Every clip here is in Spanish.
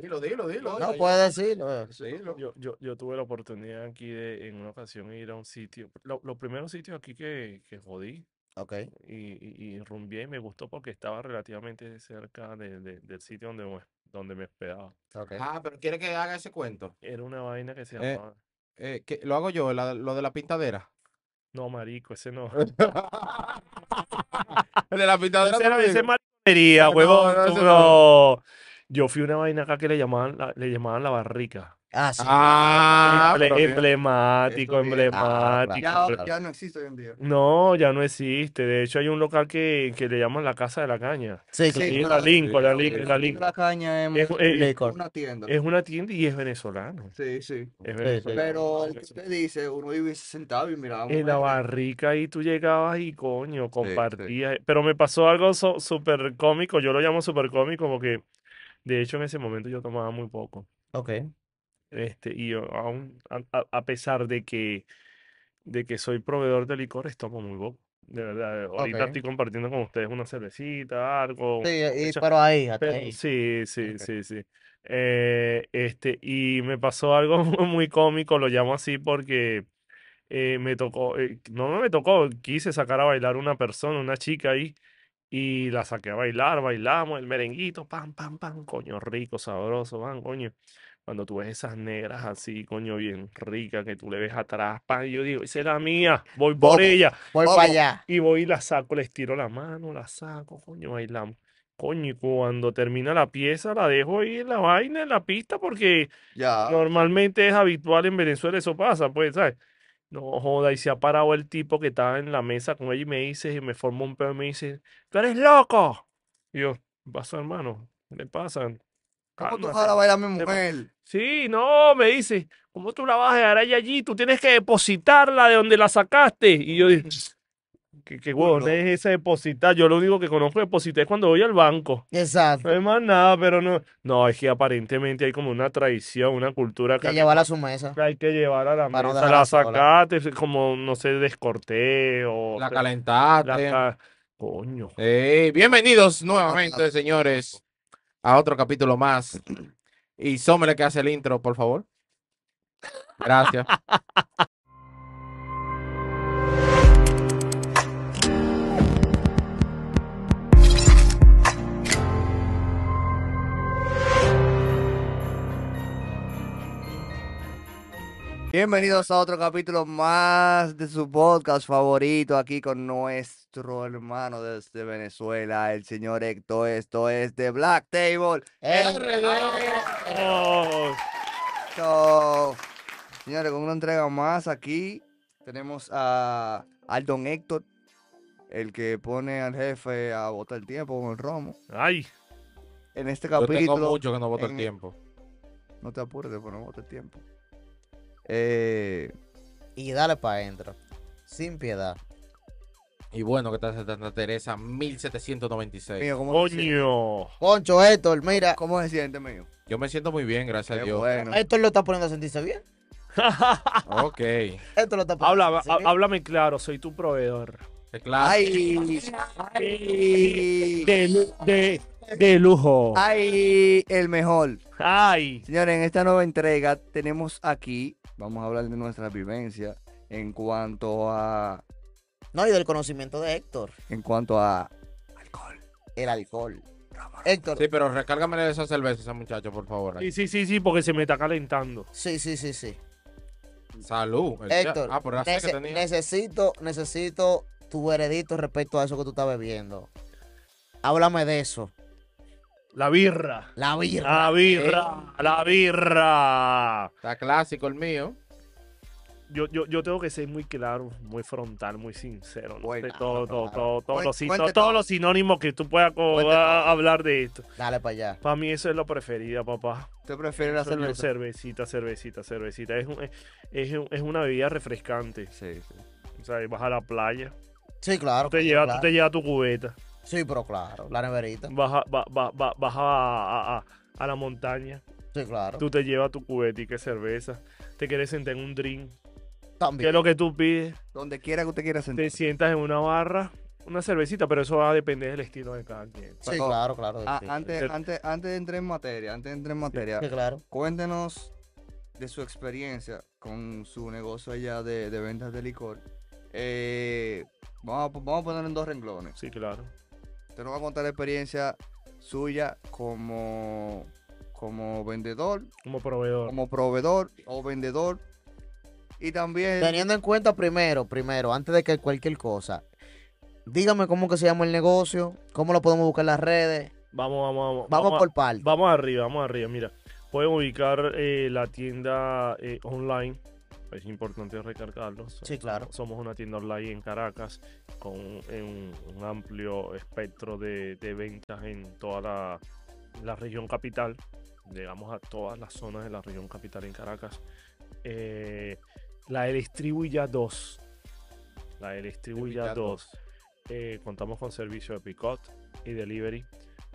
Dilo, dilo, dilo. No, puede decirlo. eh, Dilo. Ah, Yo, yo, yo tuve la oportunidad aquí de, en una ocasión, ir a un sitio. lo- los primeros sitios aquí que, que jodí Ok. y, y, y rumbié y me gustó porque estaba relativamente cerca de- de- del sitio donde me, donde me hospedaba. Ok. Ah, pero quiere que haga ese cuento. Era una vaina que se Eh. llamaba. Eh, ¿qué? Lo hago yo, la- lo de la pintadera. No, marico, ese no. El de la pintadera. Ese era- también. ese es mariconería, No, huevón. no, ese tú no. Yo fui a una vaina acá que le llamaban la, le llamaban la barrica. Ah, sí. Ah, Emble- pero que- emblemático, eso bien. emblemático. Ah, claro. Ya, ya no existe hoy en día. No, ya no existe. De hecho, hay un local que, que le llaman la Casa de la Caña. Sí, Sí, Y claro. en la Lincoln, la Lincoln, en la La Lincoln. caña Es, es es- Licor. una tienda. es una tienda y es venezolano. Sí, sí. Es sí. venezolano. Pero el que usted dice, uno vive sentado y miraba. En la mujeres. barrica ahí tú llegabas y coño, sí. compartías. Pero me pasó algo so- súper cómico, yo lo llamo súper cómico porque de hecho en ese momento yo tomaba muy poco. Ok. Este, y yo aún, a, a- a pesar de que, de que soy proveedor de licores, tomo muy poco. De verdad, ahorita Ok. estoy compartiendo con ustedes una cervecita, algo. Sí, y- echa- pero ahí, hasta Pero ahí. sí, sí, Ok. sí, sí. Eh, este, y me pasó algo muy cómico, lo llamo así porque eh, me tocó, eh, no no me tocó, quise sacar a bailar una persona, una chica ahí, y la saqué a bailar, bailamos el merenguito, pam, pam, pam, coño rico, sabroso, van, coño. Cuando tú ves esas negras así, coño, bien ricas, que tú le ves atrás, pan, y yo digo, esa es la mía, voy por Bobo. ella. Voy para allá. Y voy y la saco, les tiro la mano, la saco, coño, bailamos. Coño, y cuando termina la pieza, la dejo ahí en la vaina, en la pista, porque Ya. normalmente es habitual en Venezuela, eso pasa, pues, ¿sabes? No joda, y se ha parado el tipo que estaba en la mesa con ella y me dice, y me formó un pedo y me dice, ¡tú eres loco! Y yo, ¿qué pasa, hermano? ¿Qué le pasa? ¿Cómo tú Cálmate". vas a bailar a mi Tema. mujer? Sí, no, me dice, ¿cómo tú la vas a dejar allá allí? Tú tienes que depositarla de donde la sacaste. Y yo dije, ¿qué, qué huevón es ese depositar? Yo lo único que conozco de depositar es cuando voy al banco. No Exacto. hay más nada, pero no. No, es que aparentemente hay como una tradición, una cultura acá Que que llevarla a su mesa. hay que llevar a la Para no mesa, dejarla la sola. sacaste, es como, no sé, descorté o La te- la calentaste. ca- Coño. Ey, bienvenidos nuevamente, señores, a otro capítulo más. Y Somele que hace el intro, por favor. Gracias. Bienvenidos a otro capítulo más de su podcast favorito aquí con nuestro hermano desde Venezuela, el señor Héctor. Esto es de Black Table. Eh, Oh, So, señores, con una entrega más aquí tenemos a al don Héctor, el que pone al jefe a botar el tiempo con el romo. Ay, En este Yo tengo capítulo, mucho que no voto el en- tiempo. no te apures, pero no bota el tiempo. Eh, Y dale para adentro. Sin piedad. Y bueno, que está Santa Teresa 1796. mío, ¿cómo, se, sien- coño. Concho, Héctor, mira. ¿cómo se siente, mío? Yo me siento muy bien, gracias a Qué Dios. bueno. Héctor lo está poniendo a sentirse bien. Ok. Eh, Héctor lo está poniendo Habla, a sentirse bien. háblame claro, soy tu proveedor. Eh, Claro. Ay, ay, De, lu- de, de lujo. ay, el mejor. Ay. Señores, en esta nueva entrega tenemos aquí, vamos a hablar de nuestra vivencia en cuanto a, No, y del conocimiento de Héctor. en cuanto a alcohol. El alcohol. Héctor. Sí, pero recárgame esa cerveza ese muchacho, por favor. Sí, sí, sí, sí, porque se me está calentando. Sí, sí, sí, sí. Salud. El chat. Héctor, Ah, pero la sé que nece- tenía. necesito, necesito tu veredicto respecto a eso que tú estás bebiendo. Háblame de eso. La birra. La birra. La birra. La birra. Está clásico el mío. Yo, yo, yo tengo que ser muy claro, muy frontal, muy sincero. ¿no? Bueno, De todo, todo, claro. todo, todos Cuen- los sin- cuente todos todo. los sinónimos que tú puedas co- Cuente a- todo. hablar de esto. Dale para allá. Para mí eso es lo preferido, papá. ¿Usted prefiere la Yo- yo cerveza? cervecita, cervecita, cervecita. Es, un- es, es un- es una bebida refrescante. Sí, sí. O sea, vas a la playa, Sí, claro. tú te claro, llevas, tú claro. te llevas tu cubeta, Sí, pero claro. La neverita. vas a, va- va- va- vas a- a- a- a la montaña, Sí, claro. Tú te llevas tu cubetica de cerveza, te quieres sentar en un drink, que También. es lo que tú pides? Donde quiera que usted quiera Te sentarse. sientas en una barra Una cervecita, pero eso va a depender del estilo de cada quien. Sí, Pero- claro, claro. Ah, sí, sí. antes, El- antes, antes de entrar en materia, antes de entrar en materia, Sí, claro. cuéntenos de su experiencia con su negocio allá de, de ventas de licor. Eh, vamos, a, po- vamos a ponerlo en dos renglones. Sí, claro. Usted nos va a contar la experiencia suya como, como vendedor, Como proveedor. como proveedor o vendedor. Y también Teniendo en cuenta primero, primero, antes de que cualquier cosa, dígame cómo que se llama el negocio, cómo lo podemos buscar en las redes. Vamos, vamos, vamos. Vamos, a- por partes. Vamos arriba, vamos arriba. Mira, pueden ubicar eh, la tienda eh, online. Es importante recalcarlo. So- Sí, claro. Somos una tienda online en Caracas con en un amplio espectro de, de ventas en toda la, la región capital. Llegamos a todas las zonas de la región capital en Caracas. Eh, la de Distribuya 2. La de Distribuya Distribuya 2. Eh, contamos con servicio de picot y delivery.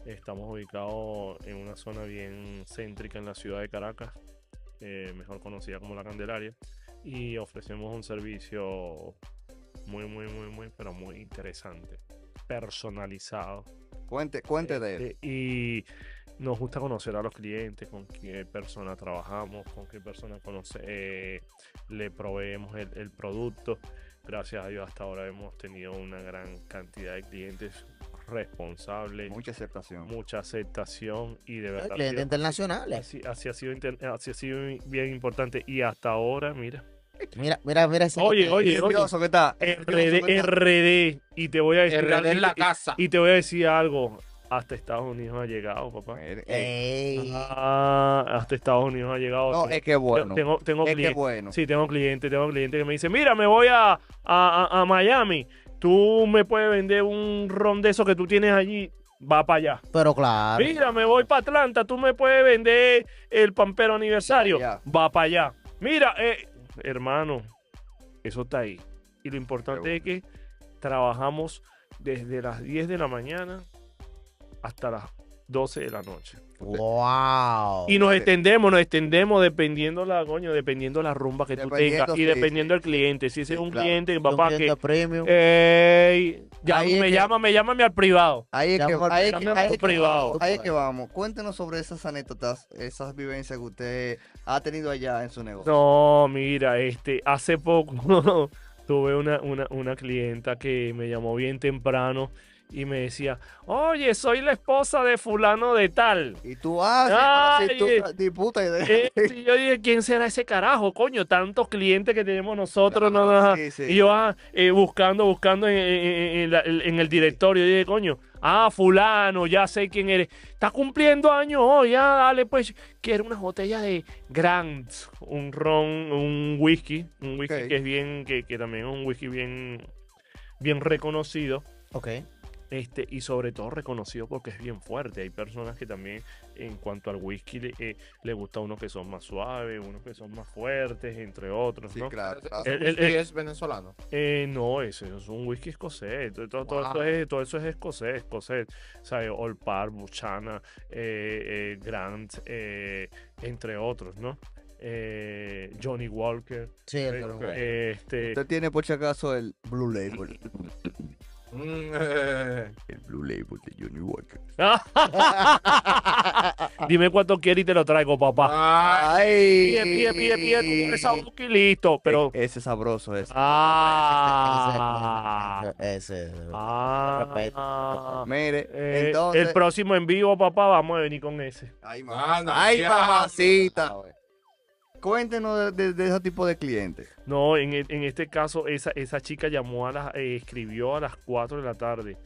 Estamos ubicados en una zona bien céntrica en la ciudad de Caracas, eh, mejor conocida como La Candelaria, y ofrecemos un servicio muy, muy, muy, muy, pero muy interesante, personalizado. cuente, cuente de él. Este, y nos gusta conocer a los clientes, con qué persona trabajamos, con qué persona conoce, eh, le proveemos el, el producto. Gracias a Dios hasta ahora hemos tenido una gran cantidad de clientes responsables, Mucha aceptación. mucha aceptación y de verdad. Clientes que internacionales. Así, así ha sido inter- así ha sido bien importante y hasta ahora, mira. Mira, mira, mira. ese- Oye, Qué oye, oye. nervioso que está. qué nervioso RD, que está. RD, y te voy a decir RD algo, en y- la casa. y, y te voy a decir algo, hasta Estados Unidos ha llegado, papá. Mire, eh, Ey. Ah, hasta Estados Unidos ha llegado. No, sí. es que bueno. Tengo, tengo Es que clientes. bueno. Sí, tengo clientes, tengo clientes que me dicen, mira, me voy a, a- a- a Miami. Tú me puedes vender un ron de esos que tú tienes allí. Va para allá. Pero claro. Mira, me voy para Atlanta. Tú me puedes vender el pampero aniversario. allá. Va para allá. Mira, eh, hermano, eso está ahí. Y lo importante es que trabajamos desde las 10 de la mañana hasta las 12 de la noche. Wow. Y nos Sí. extendemos, nos extendemos dependiendo la coño, dependiendo la rumba que tú Dependiendo, tengas sí, y dependiendo del cliente. Si ese Sí, es un claro. cliente, Un papá, que eh, cliente premium. ey, ya pues, Ahí es me que- llámame, llámame al privado. Ahí es que, Llámame- ahí es que- llámame ahí por es que- privado. ahí es que vamos. Cuéntenos sobre esas anécdotas, esas vivencias que usted ha tenido allá en su negocio. No, mira, este, hace poco tuve una, una, una clienta que me llamó bien temprano y me decía, oye, soy la esposa de fulano de tal. Y tú ah, haces, Ay, así, tú, eh. di puta idea. Eh, y yo dije, ¿quién será ese carajo, coño? Tantos clientes que tenemos nosotros, no, no, no. Sí, sí. Y yo ah, eh, buscando, buscando en, en- en la- en el directorio. Y dije, coño, ah, fulano, ya sé quién eres. Está cumpliendo años hoy, ya dale, pues. Quiero unas botellas de Grant, un ron, un whisky. Un whisky Ok. que es bien, que, que también es un whisky bien, bien reconocido. Ok. Este, y sobre todo reconocido porque es bien fuerte. Hay personas que también, en cuanto al whisky, le, eh, le gusta unos que son más suaves, unos que son más fuertes, entre otros, Sí, ¿no? Eh, claro. claro. El- el- Sí, es venezolano. Eh, no, ese es un whisky escocés. Todo, todo- todo Wow. eso, es, todo eso es escocés, escocés. ¿Sabe? Old Parr, Buchanan, eh, eh, Grant, eh, entre otros, ¿no? Eh, Johnny Walker. Sí, el eh, premium. este, Usted tiene por si acaso el Blue Label. Mm, eh, El Blue Label de Johnny Walker. Dime cuánto quieres y te lo traigo, papá. ah, Ay, Pide, pide, pide, pide, tú eres a un kilo y listo, pero. E- ese es sabroso es. Ah, Ese, ese, ese. ah, Mire, eh, entonces. el próximo en vivo, papá, vamos a venir con ese. Ay, Ah, no, Ay, ya. mamacita. Cuéntenos de, de- de ese tipo de clientes. No, en, e- en este caso, esa, esa chica llamó a las, eh, escribió a las 4 de la tarde.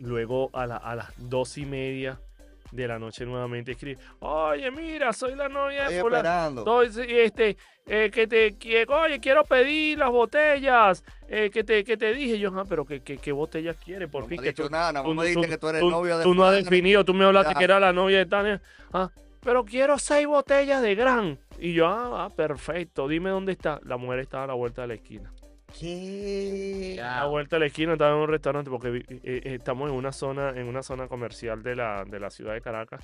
Luego a, la- a las 2 y media de la noche nuevamente escribe, oye, mira, soy la novia Estoy de fulano. esperando. Entonces, este, eh, que te, que, oye, quiero pedir las botellas eh, que, te, que te dije. Yo, ah, pero ¿qué, qué, qué botellas quieres? Por No me fin, ha que dicho tú- nada, nada más me dijiste que tú eres novio de tú no has fulano. definido, tú me hablaste Ajá. que era la novia de Tania. Ah, pero quiero seis botellas de gran. Y yo, ah, ah, perfecto, dime dónde está. La mujer estaba a la vuelta de la esquina. ¿Qué? Ah. A la vuelta de la esquina estaba en un restaurante porque vi- eh, eh, estamos en una zona, en una zona comercial de la, de la ciudad de Caracas.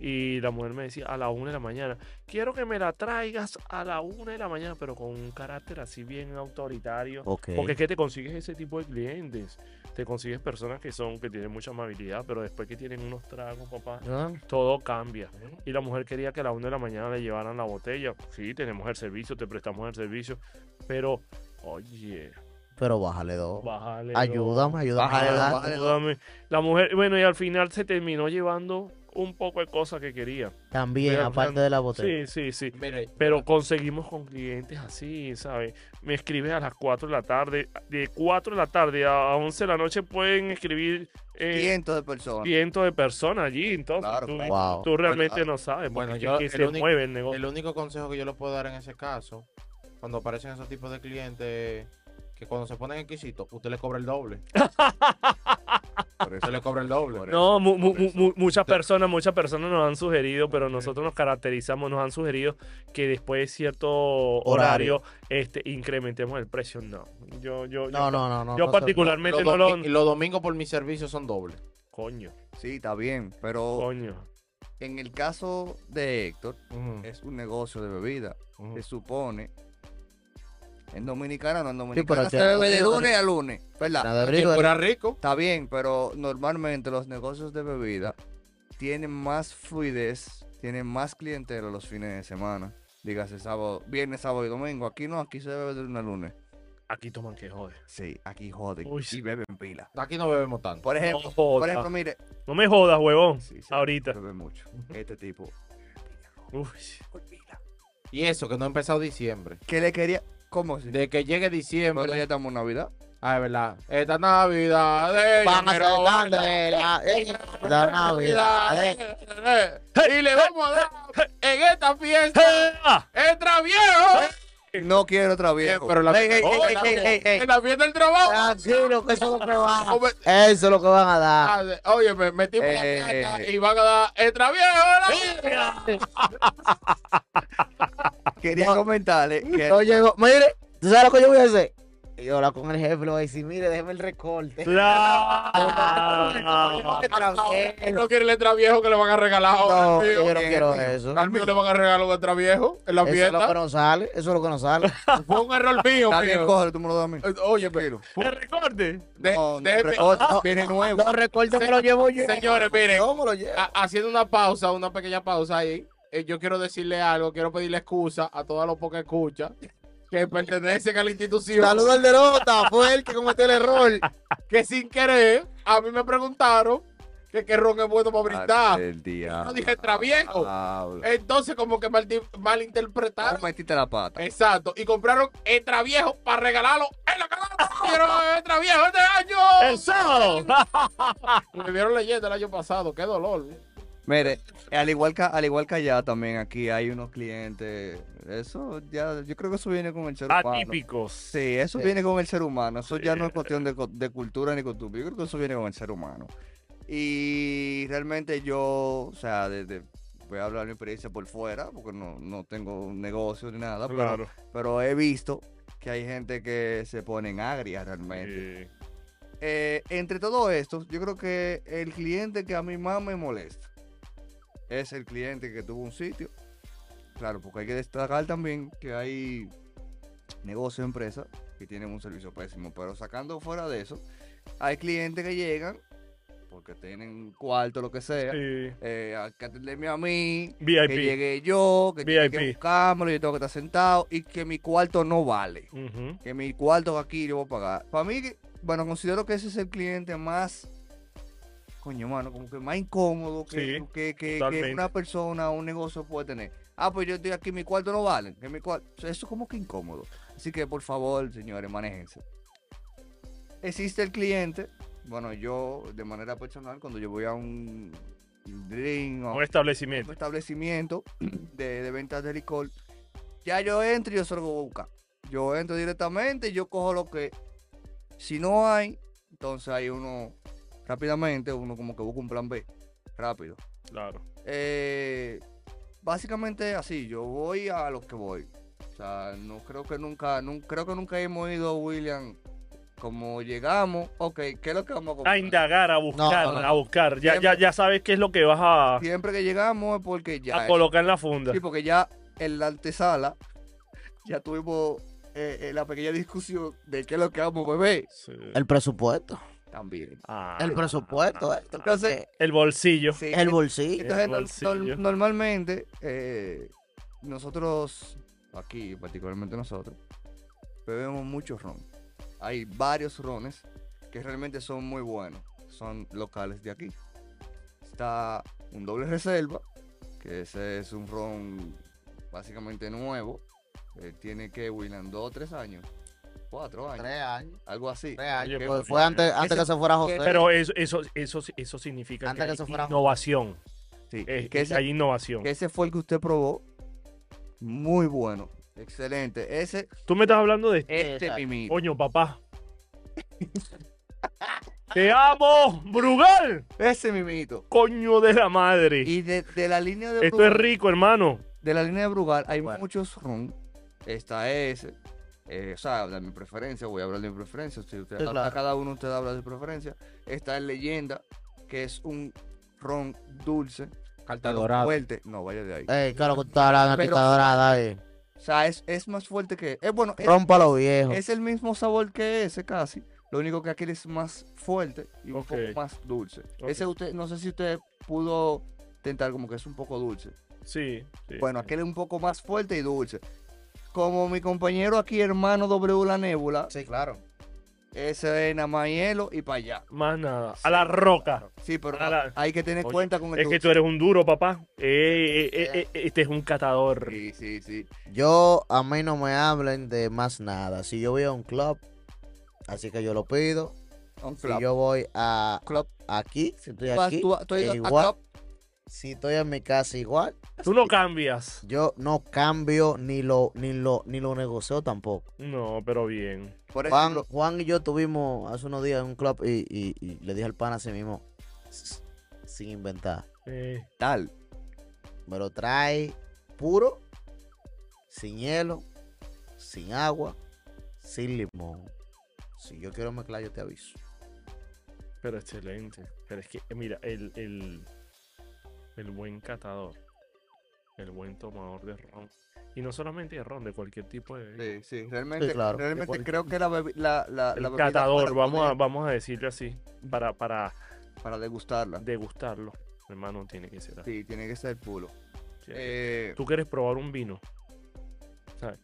Y la mujer me decía a la una de la mañana, quiero que me la traigas a la una de la mañana, pero con un carácter así bien autoritario. Ok. Porque es que te consigues ese tipo de clientes. Te consigues personas que son, que tienen mucha amabilidad, pero después que tienen unos tragos, papá, Ah, todo cambia. Y la mujer quería que a la una de la mañana le llevaran la botella. Sí, tenemos el servicio, te prestamos el servicio. Pero, oye, Pero bájale dos. bájale. dos, Ayúdame, ayúdame. Bájale ¿verdad? dos. ayúdame. La mujer, bueno, y al final se terminó llevando un poco de cosas que quería. También, Mira, aparte de la botella. Sí, sí, sí. Mire, Pero conseguimos con clientes así, ¿sabes? Me escribes a las 4 de la tarde. De 4 de la tarde a 11 de la noche pueden escribir eh, cientos de personas. cientos de personas allí. Entonces, Claro, tú, claro. Wow. tú realmente Bueno, no sabes. bueno, Bueno, yo- que el se único- mueve el negocio. El único consejo que yo le puedo dar en ese caso, cuando aparecen esos tipos de clientes, que cuando se ponen exquisitos, usted le cobra el doble. Por eso. Usted le cobra el doble. Por eso. No, mu- mu- mu- mu- muchas personas, muchas personas nos han sugerido, pero nosotros nos caracterizamos, nos han sugerido que después de cierto horario, este, incrementemos el precio. No, yo, yo, No, yo, no, no, no. yo no se- particularmente Los, no lo. domi- los domingos por mi servicio son dobles. Coño, Sí, está bien, pero coño. en el caso de Héctor, Ujú, es un negocio de bebida. ujú. Se supone. En Dominicana no en Sí, pero Dominicana. se te- bebe de te- lunes a lunes, ¿verdad? Nada de Que brillo, fuera rico. Está bien, pero normalmente los negocios de bebida tienen más fluidez, tienen más clientela los fines de semana. Dígase sábado, viernes, sábado y domingo. Aquí no, aquí se bebe de lunes a lunes. Aquí toman que jode. Sí, aquí joden Uy, sí. y beben pila. Aquí no bebemos tanto. Por No, ejemplo, por joda. ejemplo, mire. No me jodas, huevón. Sí, sí, Ahorita. Bebe mucho. Este tipo. Uy, por pila. Y eso, que no ha empezado diciembre. ¿Qué le quería? ¿Cómo si? De que llegue Pero ya diciembre. estamos en Navidad. Ah, es verdad. Esta Navidad. eh, Van a me ser roban candela, eh, la Navidad, eh. eh, eh, eh. Y le vamos a dar en esta fiesta. ¡Ah! ¡Entra viejo! No quiero otra Eh, vieja. Pero la, Ey, ey, ey, ey, ey, ey, en ey. la fiesta del trabajo. Tranquilo, que eso es lo que van a- Come- Eso es lo que van a dar. Ah, de- Oye, me metí por la Eh. calle y van a dar extra viejo. ¿verdad? Quería comentarle que Yo llego, mire, ¿tú sabes lo que yo voy a hacer? Y yo hablo con el jefe, le voy a decir, mire, déjeme el recorte. ¡Claro! Tranquilo. Ah, No quiere el extra viejo que le van a regalar ahora. No, tío. yo no quiero eso. Al mío le van a regalar un extra viejo en la Eso es lo que fiesta. nos sale, eso es lo que nos sale. Fue un error mío. Está bien, mío. cógelo, tú me lo das a mí. Eh, Oye, pero. ¿Me recorte? de- este, No, no, déjeme- recorta, viene nuevo. Los recortes me los llevo yo. Señores, miren, Yo me los llevo. ha- haciendo una pausa, una pequeña pausa ahí. eh, Yo quiero decirle algo, quiero pedirle excusa a todos los que escuchan que pertenecen a la institución. Saludos al derrota, fue él que cometió el error. Que sin querer, a mí me preguntaron que qué ron es bueno Ah, para brindar. El día. no dije traviejo. Entonces, como que maldi- malinterpretaron. metiste la Eh, pata. Exacto. Y compraron extra viejo para regalarlo en la cara. Quiero extra viejo este año. ¡El sábado! Me vieron leyendo el año pasado. Qué dolor. Mire, eh, al igual que al igual que allá también aquí hay unos clientes. Eso ya, yo creo que eso viene con el ser Ah, humano. Atípicos. Sí, eso Sí. viene con el ser humano. Eso ya no es cuestión de, co- de cultura ni costumbre. Yo creo que eso viene con el ser humano. Y realmente yo, o sea, desde voy a hablar de mi experiencia por fuera, porque no, no tengo un negocio ni nada, pero- Claro. pero, he visto que hay gente que se pone en agria realmente. Eh, eh, entre todo esto, yo creo que el cliente que a mí más me molesta es el cliente que tuvo un sitio. Claro, porque hay que destacar también que hay negocios, empresas que tienen un servicio pésimo, pero sacando fuera de eso, hay clientes que llegan porque tienen cuarto, lo que sea, sí. eh, a- que atenderme a mí, que VIP. llegué yo, que tengo que VIP. buscármelo, yo tengo que estar sentado y que mi cuarto no vale Ujú. que mi cuarto aquí yo voy a pagar. Para mí, que- bueno, considero que ese es el cliente más, coño, mano, como que más incómodo que, Sí, que, que- que totalmente. una persona o un negocio puede tener. Ah, pues yo estoy aquí, mi cuarto no vale. Que mi cuarto, eso es como que incómodo. Así que, por favor, señores, manéjense. Existe el cliente, bueno, yo de manera personal, cuando yo voy a un drink o Un establecimiento. establecimiento de, de ventas de licor, ya yo entro y yo salgo a buscar. Yo entro directamente y yo cojo lo que. Si no hay, entonces hay uno rápidamente, uno como que busca un plan B, rápido. Claro. Eh, básicamente así, yo voy a los que voy. O sea, no creo que nunca, nun- creo que nunca hemos ido, William, como llegamos, ok, ¿qué es lo que vamos a A comprar? indagar, a buscar, no, no. a buscar. Ya, ya, ya sabes qué es lo que vas a, Siempre que llegamos es porque ya. a colocar en la funda. Sí, porque ya en la antesala ya tuvimos eh, eh, la pequeña discusión de qué es lo que vamos a beber Sí. El presupuesto. también. Ah, El presupuesto, eh, Entonces, el bolsillo. sí, El bolsillo. Entonces, El no- bolsillo. no- normalmente, eh, nosotros, aquí particularmente nosotros, bebemos mucho ron. Hay varios rones que realmente son muy buenos. Son locales de aquí. Está un doble reserva, que ese es un ron básicamente nuevo. Eh, tiene que Willan dos o tres años. Cuatro años. Tres años. Algo así. Tres años. Que- Pues fue antes, antes que se fuera José. Pero eso, eso, eso, eso significa que Antes que hay eso fuera- innovación. pues, sí, Eh, que ese- hay innovación. que ese fue el que usted probó. Muy bueno. Excelente. Ese Tú me estás hablando de Este Exacto. mimito. Coño, papá. Te amo, Brugal. Ese mimito. Coño de la madre. Y de, de la línea de Esto es Brugal, rico, hermano. de la línea de Brugal hay Bueno. muchos ron. Está ese. Eh, o sea, de mi preferencia, voy a hablar de mi preferencia. Si usted, Sí, a- a claro. cada uno usted habla de su preferencia. Está el leyenda, que es un ron dulce, Carta pero dorada. fuerte. No, vaya de ahí. Ey, claro que está la Pero- naquita dorada ahí. O sea, es, es más fuerte que. Es bueno, es, Rompa los viejos. es el mismo sabor que ese casi. Lo único que aquel es más fuerte y un Ok. poco más dulce. Ok. Ese usted, no sé si usted pudo tentar como que es un poco dulce. Sí. sí. Bueno, aquel es un poco más fuerte y dulce. Como mi compañero aquí, hermano W La Nébula, Sí, claro. ese es nada más hielo y para allá. Más nada. A la roca. Sí, pero Ah, la- hay que tener Oye, cuenta con el Es que tú dulce. eres un duro, papá. Eh, eh, eh, eh, este es un catador. Sí, sí, sí. Yo, a mí no me hablen de más nada. Si yo voy a un club, así que yo lo pido. Un Si club. yo voy a Club. aquí, si estoy Vas aquí, eh, tú a- tú has ido es a igual. club. Si estoy en mi casa igual, Tú no cambias. yo no cambio ni lo ni lo ni lo negocio tampoco. No, pero bien. Por Juan, ejemplo, Juan y yo tuvimos hace unos días en un club y, y- y le dije al pan así mismo, s- sin inventar, Eh, tal. me lo trae puro, sin hielo, sin agua, sin limón. Si yo quiero mezclar, yo te aviso. pero excelente. Pero es que, eh, mira, el, el, el buen catador. El buen tomador de ron. Y no solamente de ron, de cualquier tipo de bebida. Sí, sí, realmente, claro. realmente creo que la, bebi- la, la, la el bebida catador, para vamos a, poder- vamos a decirle así, para, para para degustarla. degustarlo. Hermano, tiene que ser así. Sí, tiene que ser puro. Tiene que- Eh, Tú quieres probar un vino, ¿sabes?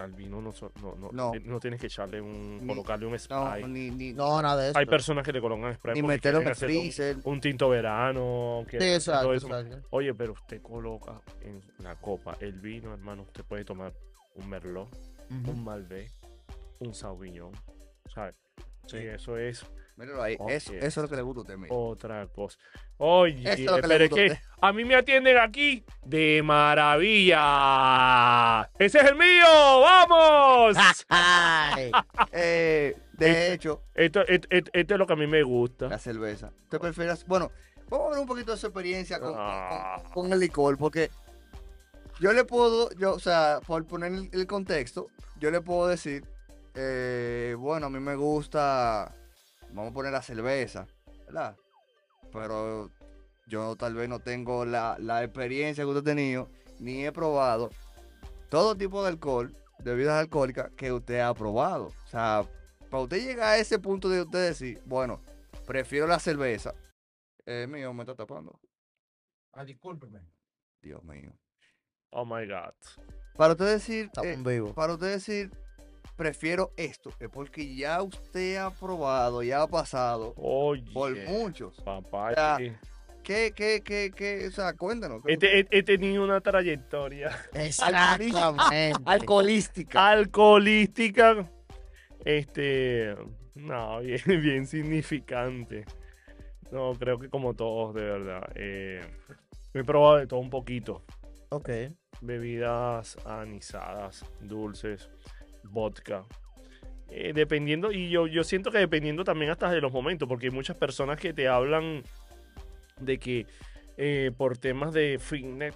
Al vino no, so- no, no, No. eh, no tienes que echarle un, Ni- colocarle un no, spray. ni, ni, No, nada de eso. Hay personas que le colocan spray. ni Pues porque meterlo en quieren el hacerle un- freezer. Un tinto verano. que- Sí, todo exacto, eso. exacto. Oye, pero usted coloca en la copa el vino, hermano. Usted puede tomar un merlot, un malbec, un sauvignon, ¿sabes? Sí, eso es Míralo ahí. Oh, eso, yeah. eso es lo que le gusta a usted, mire. otra cosa. Oye, eh, Eso es lo que le eh. pero es gusta a que a mí me atienden aquí de maravilla. Ese es el mío, vamos. Ah. Ay, Eh, de hecho, esto, et- et- esto es lo que a mí me la gusta. cerveza. ¿Usted prefiere? Bueno, vamos a ver un poquito de su experiencia con, con- Ah. con- con el licor, porque yo le puedo, yo, o sea, por poner el, el contexto, yo le puedo decir, eh, bueno, a mí me gusta, vamos a poner la cerveza, ¿verdad? Pero yo tal vez no tengo la, la experiencia que usted ha tenido, ni he probado todo tipo de alcohol, de bebidas alcohólicas que usted ha probado. O sea, para usted llegar a ese punto de usted decir, bueno, Prefiero la cerveza. Eh, mío, me está tapando. Ah, discúlpeme. Dios mío. Oh my God. Para usted decir, eh, estamos vivos. para usted decir, prefiero esto, es porque ya usted ha probado, ya ha pasado Oye, por muchos. papá. Ya. eh, ¿Qué, qué, qué, qué? O sea, cuéntanos. ¿qué- este- he, he tenido una trayectoria Exactamente. Alcoholística. alcoholística. Este, no, bien, bien significante. No, creo que como todos, de verdad. eh, he probado de todo un poquito. Ok. bebidas anisadas, dulces, vodka. Eh, dependiendo, y yo, yo siento que dependiendo también hasta de los momentos, porque hay muchas personas que te hablan de que eh, por temas de fitness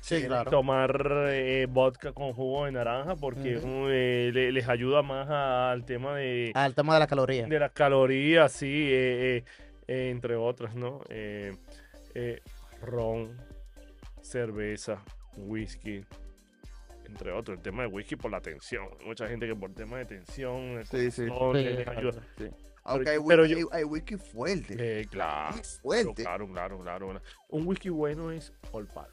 Sí, claro. tomar eh, vodka con jugo de naranja porque Ujú. eh, le- les ayuda más a- al tema de, Al tema de las calorías. de las calorías, sí, eh, eh, eh, entre otras, ¿no? Eh, eh, ron, cerveza, whisky, entre otros. El tema de whisky por la tensión. Hay mucha gente que por tema de tensión, el Sí, sí. corazón, Sí, que les claro. ayuda. Aunque hay, pero whisky- yo- hay- hay whisky fuerte. Eh, claro, muy fuerte. claro, claro, claro, claro. Un whisky bueno es olpar.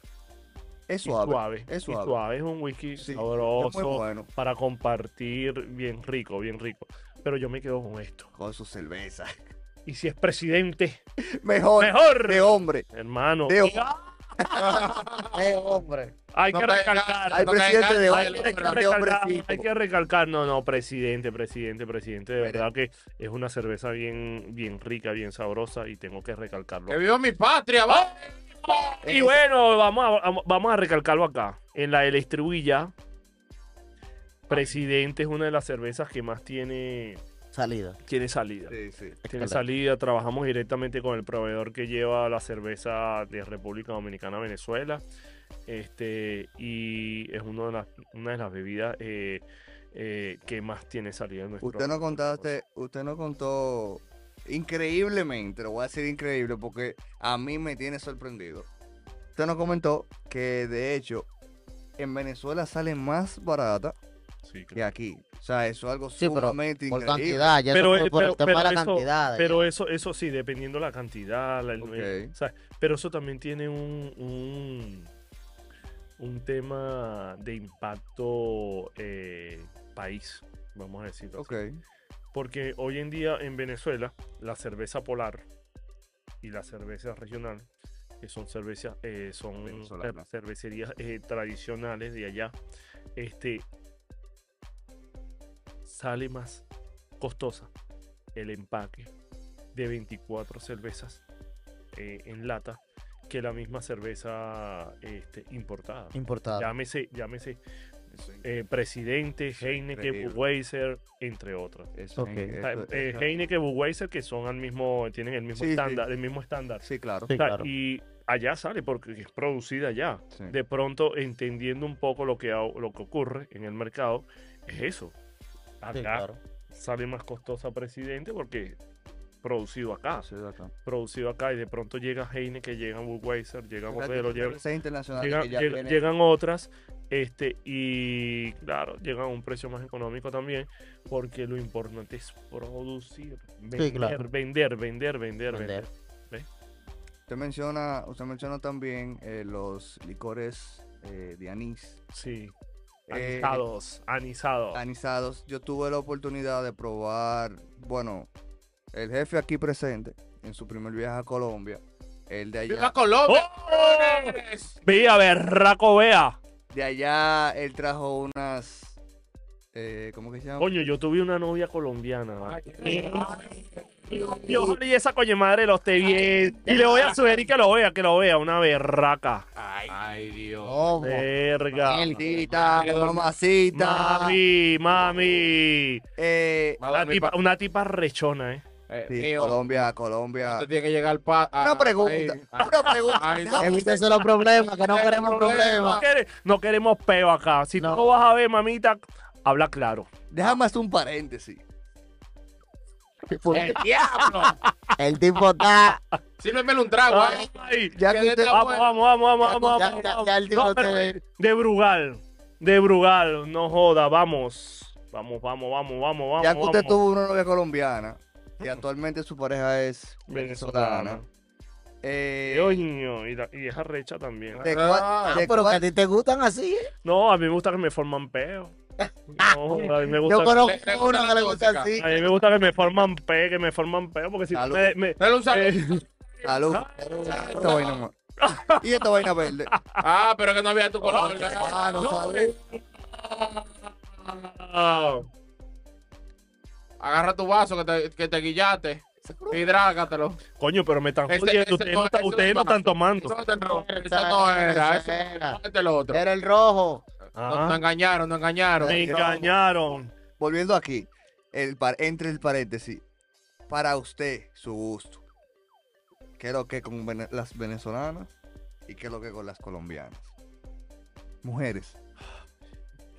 Es y suave. Es es suave. suave. Es un whisky Sí, es muy Es muy sabroso bueno. para compartir, bien rico, bien rico. Pero yo me quedo con esto. Con su cerveza. Y si es presidente, Mejor. mejor, De hombre. hermano. De Y- ah, Eh, hombre. Hay No que cae- recalcar. Hay No presidente caigas, dale, de hombre. Hay que, De recalcar, hombrecito. hay que recalcar, no, no, presidente, presidente, presidente, de Mira. verdad que es una cerveza bien, bien rica, bien sabrosa y tengo que recalcarlo. ¡Que viva mi patria! va! Y bueno, vamos a, am- vamos a recalcarlo acá. En la de la Estribuilla, Presidente es una de las cervezas que más tiene, Salida. tiene salida. Sí, sí. Tiene Escala. salida, trabajamos directamente con el proveedor que lleva la cerveza de República Dominicana a Venezuela. Este, y es uno de las, una de las bebidas eh, eh, que más tiene salida en nuestro Usted no contaste, usted no contó increíblemente, lo voy a decir increíble porque a mí me tiene sorprendido. Usted nos comentó que de hecho en Venezuela sale más barata Sí, claro. que aquí. O sea, eso es algo Sí, pero sumamente Por increíble. cantidad. Ya Pero, eso fue eh, por pero- el tema de pero la eso- cantidad. Pero eso, eso sí, dependiendo la cantidad, la- el- el- Ok. ¿sabes? pero eso también tiene un, un, un tema de impacto eh, país, vamos a decirlo. así. Ok, Porque hoy en día en Venezuela, la cerveza polar y la cerveza regional, que son cervezas, eh, son Venezolana. cer- cervecerías eh, tradicionales de allá, este sale más costosa el empaque de 24 cervezas eh, en lata que la misma cerveza este, importada. Importada. Llámese, llámese eso es- eh, Presidente, Heineken, increíble. Budweiser, entre otras. eso es- Ok. eso- Ta- eh, eso- Heineken, Budweiser, que son al mismo, tienen el mismo Sí, sí. estándar, el mismo estándar. Sí, claro. Sí, O sea, claro. Y allá sale porque es producida allá. sí. De pronto, entendiendo un poco lo que, ha- lo que ocurre en el mercado, es eso. Acá Sí, claro. sale más costosa Presidente porque producido acá, Sí, de acá. producido acá y de pronto llega Heineken, llega Budweiser, llega O sea, Modelo, que llega cervezas internacionales Llega- que ya llega- tienen- llegan otras este y claro llegan a un precio más económico también porque lo importante es producir vender claro. vender vender vender Vender. vender Usted menciona, usted menciona también eh, los licores eh, de anís. sí Eh, anisados anisados anisados. Yo tuve la oportunidad de probar, bueno, el jefe aquí presente en su primer viaje a Colombia, el de ¡Viva allá, Colombia! ¡Oh! cabrones! vea berraco vea de allá él trajo unas, eh, ¿cómo que se llama? coño yo tuve una novia colombiana y ojalá y esa coño madre lo esté bien y le voy a sugerir que lo vea que lo vea una berraca ¡Ay, Dios! ¿Cómo? Eh, verga Maldita, mamacita, mami mami eh, Va a una dormir tipa, Ah, pa- una tipa rechona eh Eh, sí, mío, Colombia, Colombia. usted tiene que llegar pa- a- Una pregunta, ahí, a- una pregunta. ahí, Evítese los problemas, que no queremos No, problemas. quere- no queremos peo acá. Si No. tú no vas a ver, mamita, habla claro. Déjame hacer un paréntesis. ¡El diablo! El tipo Ah, está. Sírvemele un trago, Ah, ¿eh? Ay, Ya Que que de usted- trago, vamos, vamos, vamos, ya- vamos, ya- vamos, ya- vamos. ya el tipo No, pero- te- De Brugal, de Brugal, no joda, vamos. Vamos, vamos, vamos, vamos, vamos. Ya que usted vamos. tuvo una novia colombiana y actualmente su pareja es venezolana. Venezolana. Eh, Coño, y, la- y es arrecha también. ¿De, cua- Ah, de Pero que cua- a ti te gustan así. ¿eh? No, a mí me gusta que me forman peo. No, a mí me Yo gusta, conozco le gusta uno que la le gusta música. así. a mí me gusta que me forman peo, que me forman peo, porque si Salud. me- me- Dale un saludo. eh, Salud. Esta vaina, amor. Y esta vaina verde. Ah, pero que no había tu color. Ah, no sabe. ah, Agarra tu vaso que te, que te guillaste y drágatelo. coño, pero me están Ese- jodiendo. ese ustedes no- no, están- ese no ustedes no es están tomando. Eso no te enro- esa no era. Esa ese- era. Este es el otro. Era el rojo. No, no Ah, engañaron, no engañaron. me engañaron. Volviendo aquí, el par- entre el paréntesis. Para usted, su gusto. ¿Qué es lo que con vene- las venezolanas y qué es lo que con las colombianas? Mujeres.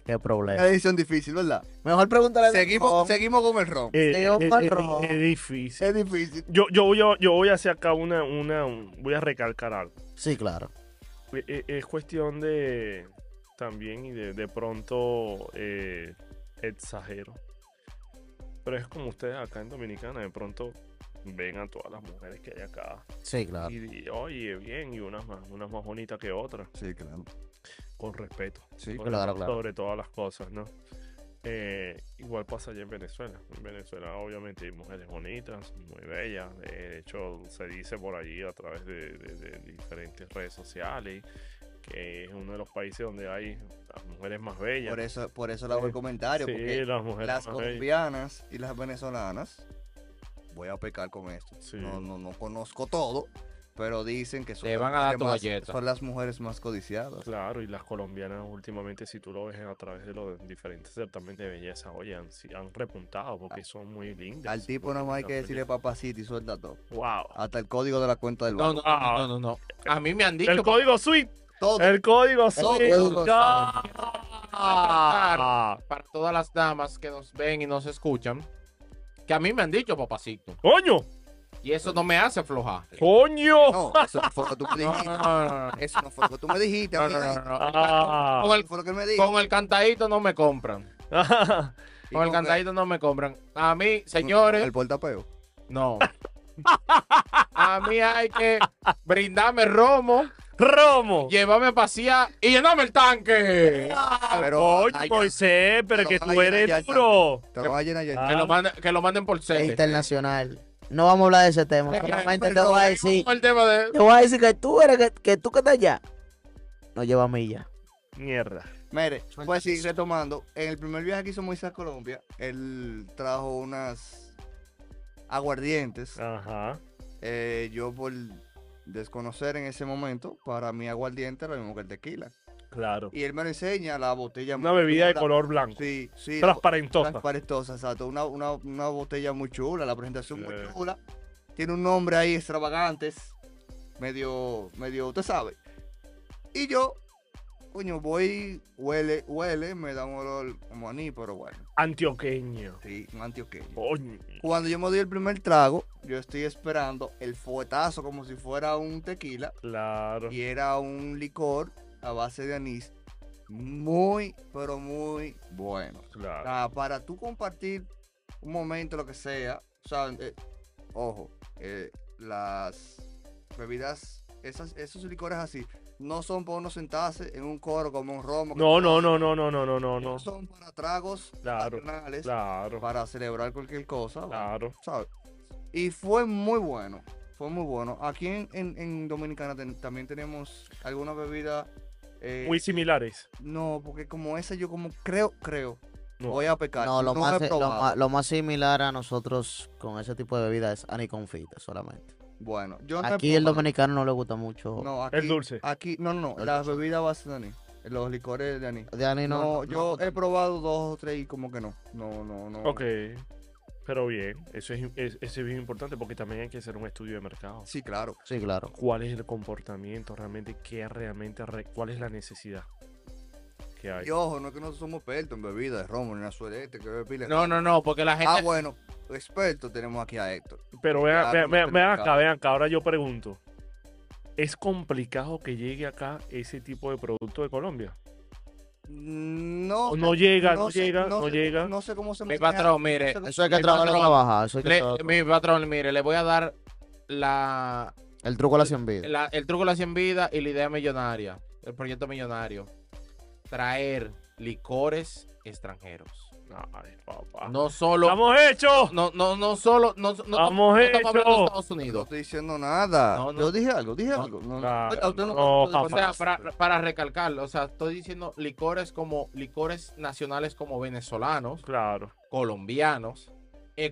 Qué Una problema. decisión difícil, ¿verdad? Eh, Mejor pregúntale. de Seguimos, Ron. seguimos con el ron. Eh, Leo eh, eh, Parro. es difícil. Es difícil. Yo, yo, voy a, yo voy a hacer acá una, una, un- voy a recalcar algo. Sí, claro. E- e- Es cuestión de también y de, de pronto eh, exagero. Pero es como ustedes acá en Dominicana, de pronto ven a todas las mujeres que hay acá Sí, claro. y, y, oye, bien, y unas más, unas más bonitas que otras, Sí, claro. con respeto, Sí, sobre, claro, claro. sobre todas las cosas, ¿no? Eh, igual pasa allá en Venezuela. En Venezuela obviamente hay mujeres bonitas, muy bellas. eh, de hecho, se dice por allí a través de, de- de diferentes redes sociales que es uno de los países donde hay las mujeres más bellas. Por eso, por eso le hago el comentario, Sí, porque las mujeres las más bellas. colombianas y las venezolanas, voy a pecar con esto. Sí. No, no, no conozco todo, pero dicen que son, Te las van a dar mujeres tu más- galleta. son las mujeres más codiciadas. Claro, y las colombianas últimamente, si tú lo ves a través de los diferentes certámenes de belleza, oye, han, si- han repuntado porque son muy lindas. Ah, Al tipo nada más hay que decirle papacito y suelta todo. ¡Wow! Hasta el código de la cuenta del No, banco. no, no, no, no, no. A mí me han dicho. El código suite. Todo. eh, El código Todo, suite. todo. Ya. Ah. para todas las damas que nos ven y nos escuchan, que a mí me han dicho papacito. ¡Coño! Y eso no me hace aflojar. ¡Coño! No, eso no fue lo que tú me No, no, dijiste. no, no, Eso no fue lo que tú me dijiste. no, no, amiga. no, no, no. Ah. Con el, Fue lo que él me dijo. con el cantadito no me compran. Y eh, Con el cantadito no me compran. A mí, señores, El portapeo. no. A mí hay que brindarme romo, ¡Romo! llevarme a pasear y llenarme el tanque. Pero Oye, allá- Moisés, pues. pues, eh, pero Pero que tú vaya, ya eres está. duro. te lo vayan a llenar. Ah. Que lo manden, que lo manden por Eh, sede. Internacional. No vamos a hablar de ese tema. Solamente te Perdón, voy a ahí decir. vamos al tema de- Te voy a decir que tú eres que, que tú que estás allá. No lleva milla. Mierda. Mire, pues sí, retomando, en el primer viaje que hizo Moisés a Colombia, él trajo unas aguardientes. Ah. Ajá. Eh, yo por desconocer en ese momento, para mí aguardiente era lo mismo que el tequila. Claro. Y él me lo enseña, la botella. Una muy bebida de chula. color blanco. Sí, sí. la bo- Transparentosa. transparentosa, exacto. Una, una, una botella muy chula, la presentación Eh. muy chula. Tiene un nombre ahí extravagantes, medio, medio, usted sabe. Y yo, coño, voy, huele, huele, me da un olor como aní, pero bueno, Antioqueño. sí, un antioqueño. Coño. Cuando yo me doy el primer trago, yo estoy esperando el fuetazo como si fuera un tequila Claro. y era un licor a base de anís muy, pero muy bueno. O Claro. sea, para tú compartir un momento, lo que sea, o sea, eh, ojo, eh, las bebidas, esas, esos licores así, no son para uno sentarse en un coro como un romo. que No, no, no, no, no, no, no, no, no. Son para tragos Claro, nacionales, Claro. para celebrar cualquier cosa, Claro. ¿sabes? Y fue muy bueno, fue muy bueno. Aquí en, en- en Dominicana ten- también tenemos alguna bebida... eh, Muy similares. No, porque como esa yo como creo, creo. No. Voy a pecar. No, lo, más, he lo, probado. más, lo más similar a nosotros con ese tipo de bebida es aniconfita solamente. Bueno, yo no he Aquí el probado. dominicano no le gusta mucho. No, aquí, El dulce. Aquí, no, no, no. El Las bebidas base de anís. Los licores de anís. De ani no. No, no- yo no- he probado dos o tres y como que no. No, no, no. Ok. Pero bien, eso es, es- eso es bien importante porque también hay que hacer un estudio de mercado. Sí, claro. Sí, claro. cuál es el comportamiento realmente, qué realmente, re- cuál es la necesidad que hay. Y ojo, no es que nosotros somos expertos en bebidas de romo, ni azul, este, que bebe pila. No, no, no, porque la gente. Ah, bueno, expertos tenemos aquí a Héctor. Pero vean, claro, vean, vean, vean acá, mercado. vean acá, ahora yo pregunto, ¿es complicado que llegue acá ese tipo de producto de Colombia? No. ¿O no llega, no, sé- llega, no, sé- llega? No sé cómo se Mi maneja. patrón, mire. eh, Eso hay que El trabajarlo patrón- para bajar. Eso hay que le- eh, trabajarlo. mi patrón, mire, le voy a dar la, El truco a la 100 vidas. la- el truco de la 100 vidas y la idea millonaria. El proyecto millonario. Traer licores extranjeros. Ay, papá. No solo. ¡Estamos hechos! No, no, no solo. No, no, no, ¡Estamos estamos hablando de hechos! Estados No Unidos. estoy diciendo nada. No, no. Yo dije algo, dije No. algo. No, no. Ah, Oiga, usted no, puede O sea, pasar. para, para recalcarlo, o sea, estoy diciendo licores como licores nacionales como venezolanos, Claro, colombianos,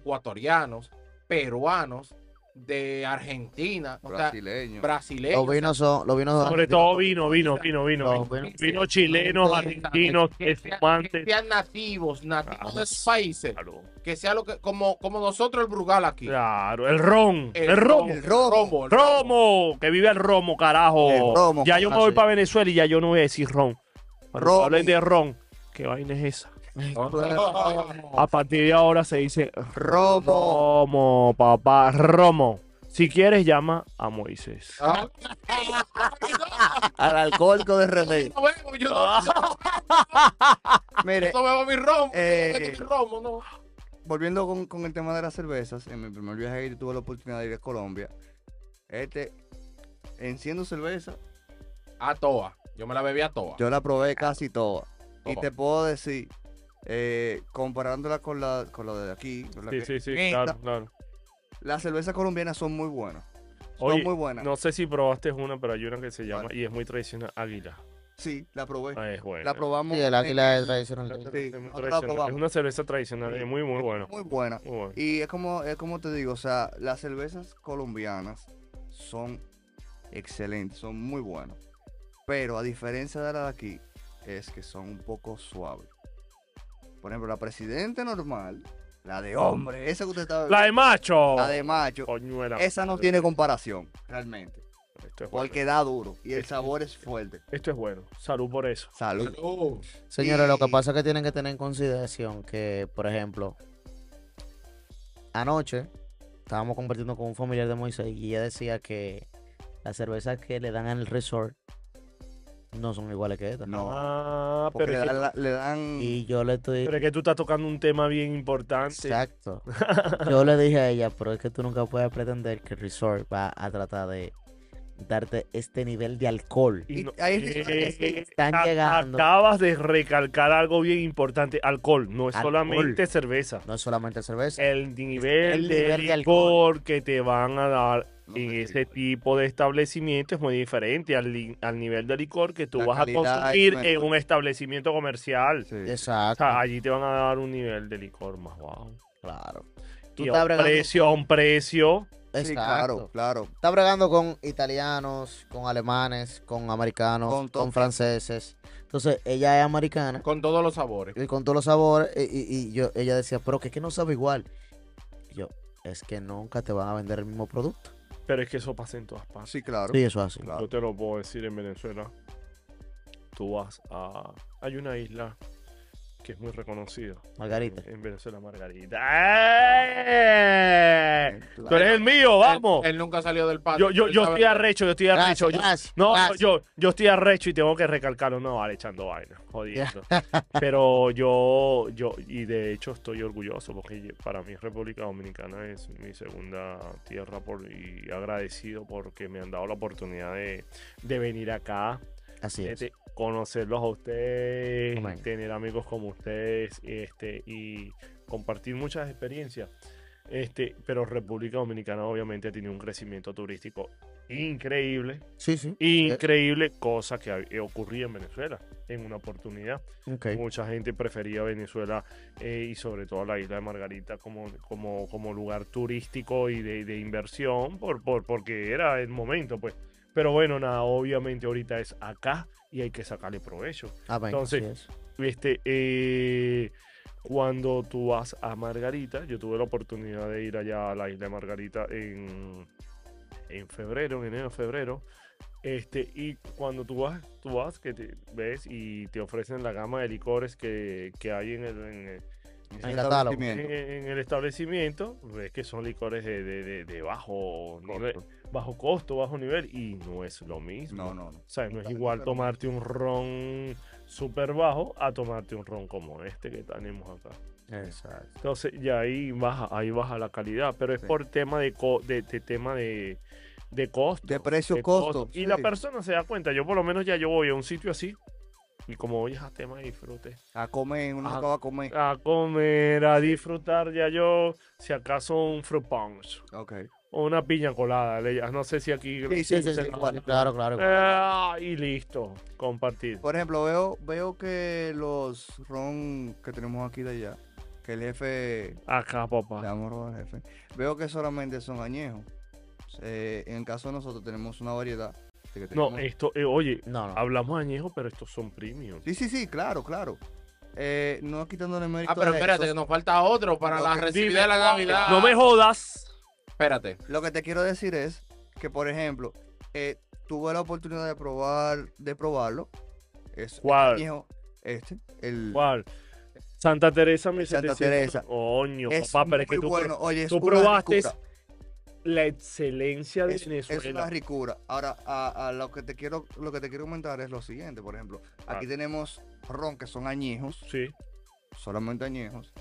ecuatorianos, peruanos, de Argentina, o sea, Brasileño. brasileños. Los vinos son. Los vinos sobre todo vino, vino, vino, vino. No, Vino, bueno. Vino chilenos, argentinos, que sean, que espumantes. sean nativos, nativos de esos Ah. países, Claro, que sea lo que, como, como nosotros el Brugal aquí. claro, el ron, el romo. el romo. romo, el romo. ¡Romo! ¡Que vive el romo, carajo! El romo, ya yo me voy carajo. para Venezuela y ya yo no voy a decir ron. Ron. Cuando hablen de ron, ¿qué vaina es esa? Romo. A partir de ahora se dice Romo. Romo, papá, Romo. Si quieres, llama a Moisés. Al alcohólico de René. No bebo, yo no- Ah. Mire, no bebo mi romo. eh, mi romo, no. volviendo con, con el tema de las cervezas, en mi primer viaje ahí tuve la oportunidad de ir a Colombia. Este, enciendo cerveza, A toa. Yo me la bebí a toa. yo la probé casi toda. Y Ojo. te puedo decir, eh, comparándola con la, con la de aquí, con la, Sí, que- sí, sí, esta, claro, claro. las cervezas colombianas son muy buenas. Oye, son muy buenas. No sé si probaste una, pero hay una que se llama ¿Cuál? y es muy tradicional, Águila. Sí, la probé. Ah, es buena. La probamos. Sí, el en- águila es Es tradicional. muy Sí, tradicional, nosotros la probamos. Es una cerveza tradicional, Sí. es muy, muy buena. Muy buena. Muy buena. Y es como, es como te digo, o sea, las cervezas colombianas son excelentes, son muy buenas. Pero a diferencia de la de aquí, es que son un poco suaves. Por ejemplo, la presidente normal, la de hombre, esa que usted está La de macho. la de macho, Coñuela. esa no madre. tiene comparación, realmente. Esto es, bueno. Porque da duro y el sabor es fuerte. Esto es bueno. Salud por eso. Salud. Oh, Señores, lo que Y- pasa es que tienen que tener en consideración que, por ejemplo, anoche estábamos compartiendo con un familiar de Moisés y ella decía que las cervezas que le dan al resort no son iguales que estas. No, Ah, porque pero es, le, que, dan la- le dan... Y yo le estoy... pero es que tú estás tocando un tema bien importante. Exacto. Yo le dije a ella, pero es que tú nunca puedes pretender que el resort va a tratar de darte este nivel de alcohol. Y no- ahí es- Eh, Están a- llegando. Acabas de recalcar algo bien importante. Alcohol, no es Alcohol. solamente cerveza. No es solamente cerveza. El nivel, el de, nivel de alcohol que te van a dar no en sé, ese tipo de establecimiento es muy diferente al, li- al nivel de licor que tú La vas a calidad es consumir menor. en un establecimiento comercial. sí. O Exacto. sea, allí te van a dar un nivel de licor más bajo. Claro. Tú Y a estás un bregando- precio, a un precio. Sí, Exacto. claro, claro. Está bregando con italianos, con alemanes, con americanos, Con con, todo. franceses. Entonces, ella es americana Con todos los sabores. y con todos los sabores. Y, y- y yo, ella decía, pero que es que no sabe igual. Y yo, es que nunca te van a vender el mismo producto. Pero es que eso pasa en todas partes. Sí, claro. Sí, eso es así. claro. Yo te lo puedo decir en Venezuela. Tú vas a. Hay una isla que es muy reconocida. Margarita. En, en Venezuela, Margarita. ¡Eh! Tú eres el mío, vamos. Él, él nunca salió del patio. Yo, yo, yo estoy arrecho, yo estoy arrecho. Gracias, Yo- gracias, no, no, gracias. yo, yo estoy arrecho y tengo que recalcarlo. No, vale, echando vaina, jodiendo. Pero yo, yo, y de hecho estoy orgulloso porque yo- para mí República Dominicana es mi segunda tierra por, y agradecido porque me han dado la oportunidad de, de venir acá, Así es. este, conocerlos a ustedes, Amén. tener amigos como ustedes este, y compartir muchas experiencias. Este, pero República Dominicana obviamente ha tenido un crecimiento turístico increíble, Sí, sí. increíble, cosa que ha- ocurría en Venezuela en una oportunidad. Ok. Mucha gente prefería Venezuela eh, y sobre todo la isla de Margarita como, como, como lugar turístico y de, de inversión por, por, porque era el momento, pues. Pero bueno, nada, obviamente ahorita es acá y hay que sacarle provecho. Amén, Entonces, Ah, así es. Este, eh, cuando tú vas a Margarita, yo tuve la oportunidad de ir allá a la isla de Margarita en, en febrero, en enero, febrero. Este, y cuando tú vas, tú vas, que te ves y te ofrecen la gama de licores que, que hay en el, en el- el catálogo. Eh. en- en el establecimiento, ves que son licores de, de- de- de bajo, nivel- bajo costo, bajo nivel, y no es lo mismo. No, no, no. O sea, no es Totalmente igual lo tomarte un ron súper bajo a tomarte un ron como este que tenemos acá. Exacto. Entonces, ya ahí baja, ahí baja la calidad, pero es Sí. por tema de, co- de, de tema de, de costo. De precio, de costo, Y la sí. persona se da cuenta, yo por lo menos ya yo voy a un sitio así. Y como voy es a tema de disfrute, A comer, uno Ah. acaba de comer. a comer, a disfrutar, ya yo, si acaso un fruit punch Ok. o una piña colada, le- no sé si aquí... Sí, Sí, sí, sí, igual, claro, claro. igual. Ah, y listo, compartir. Por ejemplo, veo, veo que los ron que tenemos aquí de allá, que el jefe, Acá, le papá. damos ron al jefe, veo que solamente son añejos. Eh, en el caso de nosotros tenemos una variedad. de que No, tenemos- esto, eh, oye, No, no. hablamos añejo, pero estos son premium. Sí, sí, sí, claro, claro. Eh, no quitándole mérito Ah, pero a espérate, que estos. nos falta otro para Lo la que- recibida de la Navidad. No me jodas. Espérate. Lo que te quiero decir es que, por ejemplo, eh, tuve la oportunidad de probar, de probarlo, Es ¿Cuál? viejo, este, el ¿Cuál? Santa Teresa, mi Santa 700. Teresa. Coño, es papá, pero es muy que tú, bueno. Oye, es tú una probaste ricura. la excelencia de es, es Venezuela. una ricura. Ahora, a, a lo que te quiero, lo que te quiero comentar es lo siguiente, por ejemplo, aquí tenemos ron que son añejos, Sí. solamente añejos,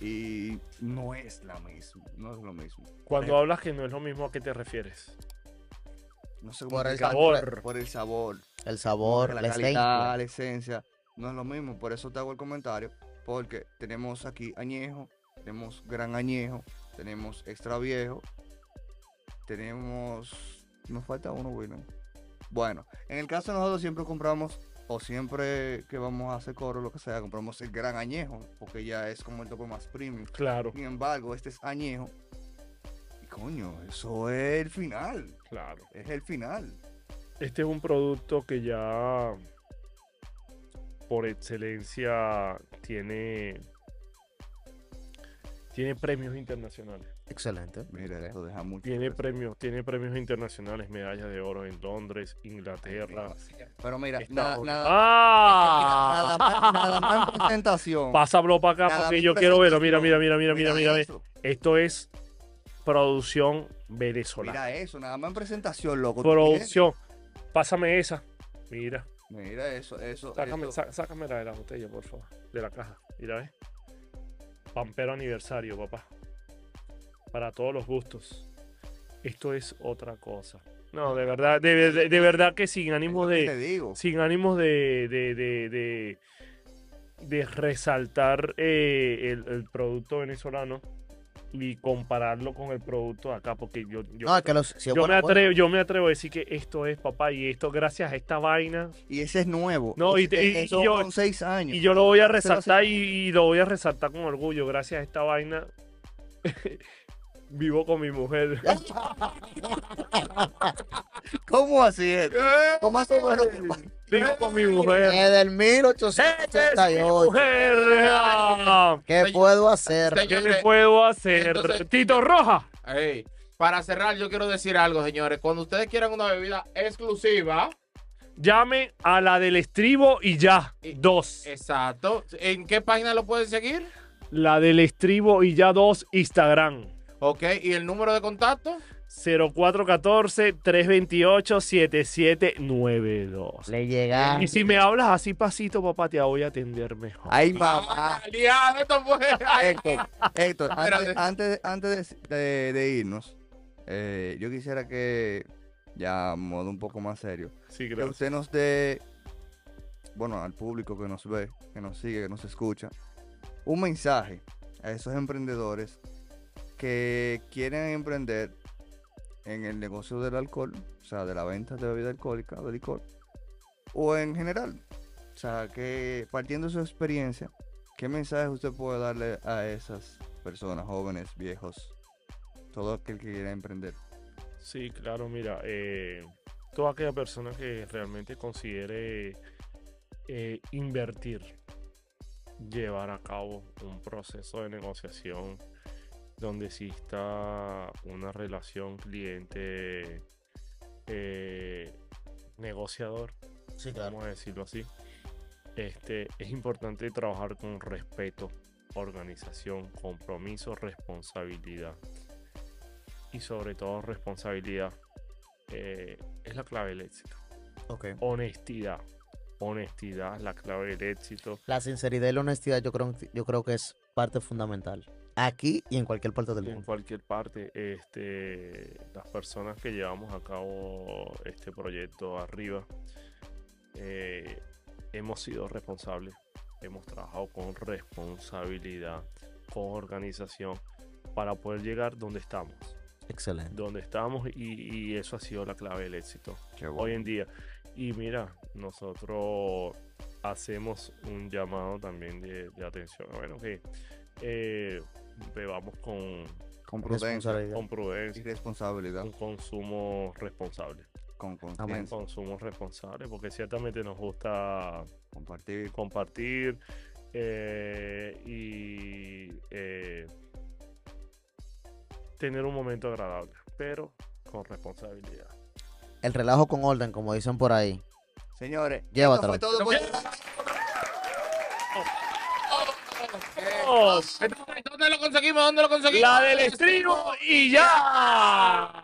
y no es la misma, no es lo mismo. Cuando hablas que no es lo mismo, ¿a qué te refieres? No sé cómo Por el explicarlo, sabor. la- Por el sabor, El sabor, la, la, calidad, esencia. la esencia, no es lo mismo. Por eso te hago el comentario, porque tenemos aquí añejo, tenemos gran añejo, tenemos extra viejo, tenemos... Nos falta uno, William. Bueno, en el caso de nosotros siempre compramos, o siempre que vamos a hacer coro, lo que sea, compramos el gran añejo, porque ya es como el topo más premium. Claro, Sin embargo, este es añejo. Y coño, eso es el final. claro. Es el final. Este es un producto que ya por excelencia tiene tiene premios internacionales. Excelente. Mira, esto deja mucho. Tiene que premios, tiene premios internacionales, medallas de oro en Londres, Inglaterra. desear. Pero mira, Está na- bueno. nada, ¡Ah! nada más- nada más en presentación. Pásamelo para acá Nada porque más yo quiero verlo. Mira, mira, presentación. mira, mira, mira, mira. eso, Esto es producción venezolana. mira eso, nada más en presentación, loco. ¿tú producción. Pásame esa. Mira. quieres? Mira eso, eso. Sácame, eso. sa- sácamela de la botella, por favor. De la caja. Mira, ¿eh? Pampero aniversario, papá. Para todos los gustos. Esto es otra cosa. No, de verdad, de, ver- de- de verdad que sin ánimo Es lo que Te de. digo. Sin ánimos de. de, de, de- de resaltar eh, el, el producto venezolano y compararlo con el producto de acá, porque yo, yo, No, es que los. si es yo me bueno, bueno. atrevo, yo me atrevo a decir que esto es papá y esto gracias a esta vaina Y ese es nuevo. No, y Ese- te- y- y eso yo- con seis años. Y yo lo voy a Pero resaltar y, y lo voy a resaltar con orgullo. Gracias a esta vaina vivo con mi mujer. ¿Cómo así es? ¿Cómo así? Bueno, Vivo con mi mujer. Es Esta del es mi 1888. mujer. Ah, ¿Qué puedo hacer? ¿Qué le Señores, puedo hacer? Entonces- Tito Roja. ey, para cerrar, yo quiero decir algo, señores. Cuando ustedes quieran una bebida exclusiva, Llame a la del estribo y ya. Y- Dos. eh. exacto. ¿En qué página lo pueden seguir? La del estribo y ya dos. Instagram. Ok, ¿y el número de contacto? 0414-328-7792. Le llega. Y si me hablas así pasito, papá, te voy a atender mejor. Ay, mamá. Aliado, esto fue. Ay, Héctor, Héctor, antes, Espérate. antes, antes de, de- de irnos, eh, yo quisiera que, ya modo un poco más serio, Sí, que usted nos dé, bueno, al público que nos ve, que nos sigue, que nos escucha, un mensaje a esos emprendedores que quieren emprender en el negocio del alcohol, o sea, de la venta de bebida alcohólica, de licor, o en general. O sea, que partiendo de su experiencia, ¿qué mensaje usted puede darle a esas personas, jóvenes, viejos, todo aquel que quiera emprender? Sí, claro, mira, eh, toda aquella persona que realmente considere eh, invertir, llevar a cabo un proceso de negociación donde exista una relación cliente eh, negociador, Sí, claro. vamos a decirlo así. Este, es importante trabajar con respeto, organización, compromiso, responsabilidad. Y sobre todo responsabilidad eh, es la clave del éxito. Ok. Honestidad. Honestidad es la clave del éxito. La sinceridad y la honestidad yo creo, yo creo que es parte fundamental. Aquí y en cualquier parte del En mundo. cualquier parte, este, las personas que llevamos a cabo este proyecto arriba, eh, hemos sido responsables, hemos trabajado con responsabilidad, con organización, para poder llegar donde estamos, Excelente. donde estamos y- y eso ha sido la clave del éxito Qué hoy en día. Y mira, nosotros hacemos un llamado también de, de atención. Bueno, que eh, bebamos con, Con prudencia Responsabilidad. con y prudencia, responsabilidad, un consumo responsable. con Un conciencia. consumo responsable, porque ciertamente nos gusta compartir. compartir eh, y eh, tener un momento agradable, pero con responsabilidad. El relajo con orden, como dicen por ahí. Señores, Llévatelo. esto fue todo por- Oh, ¿Dónde lo conseguimos? ¿Dónde lo conseguimos? la del estribo y ya.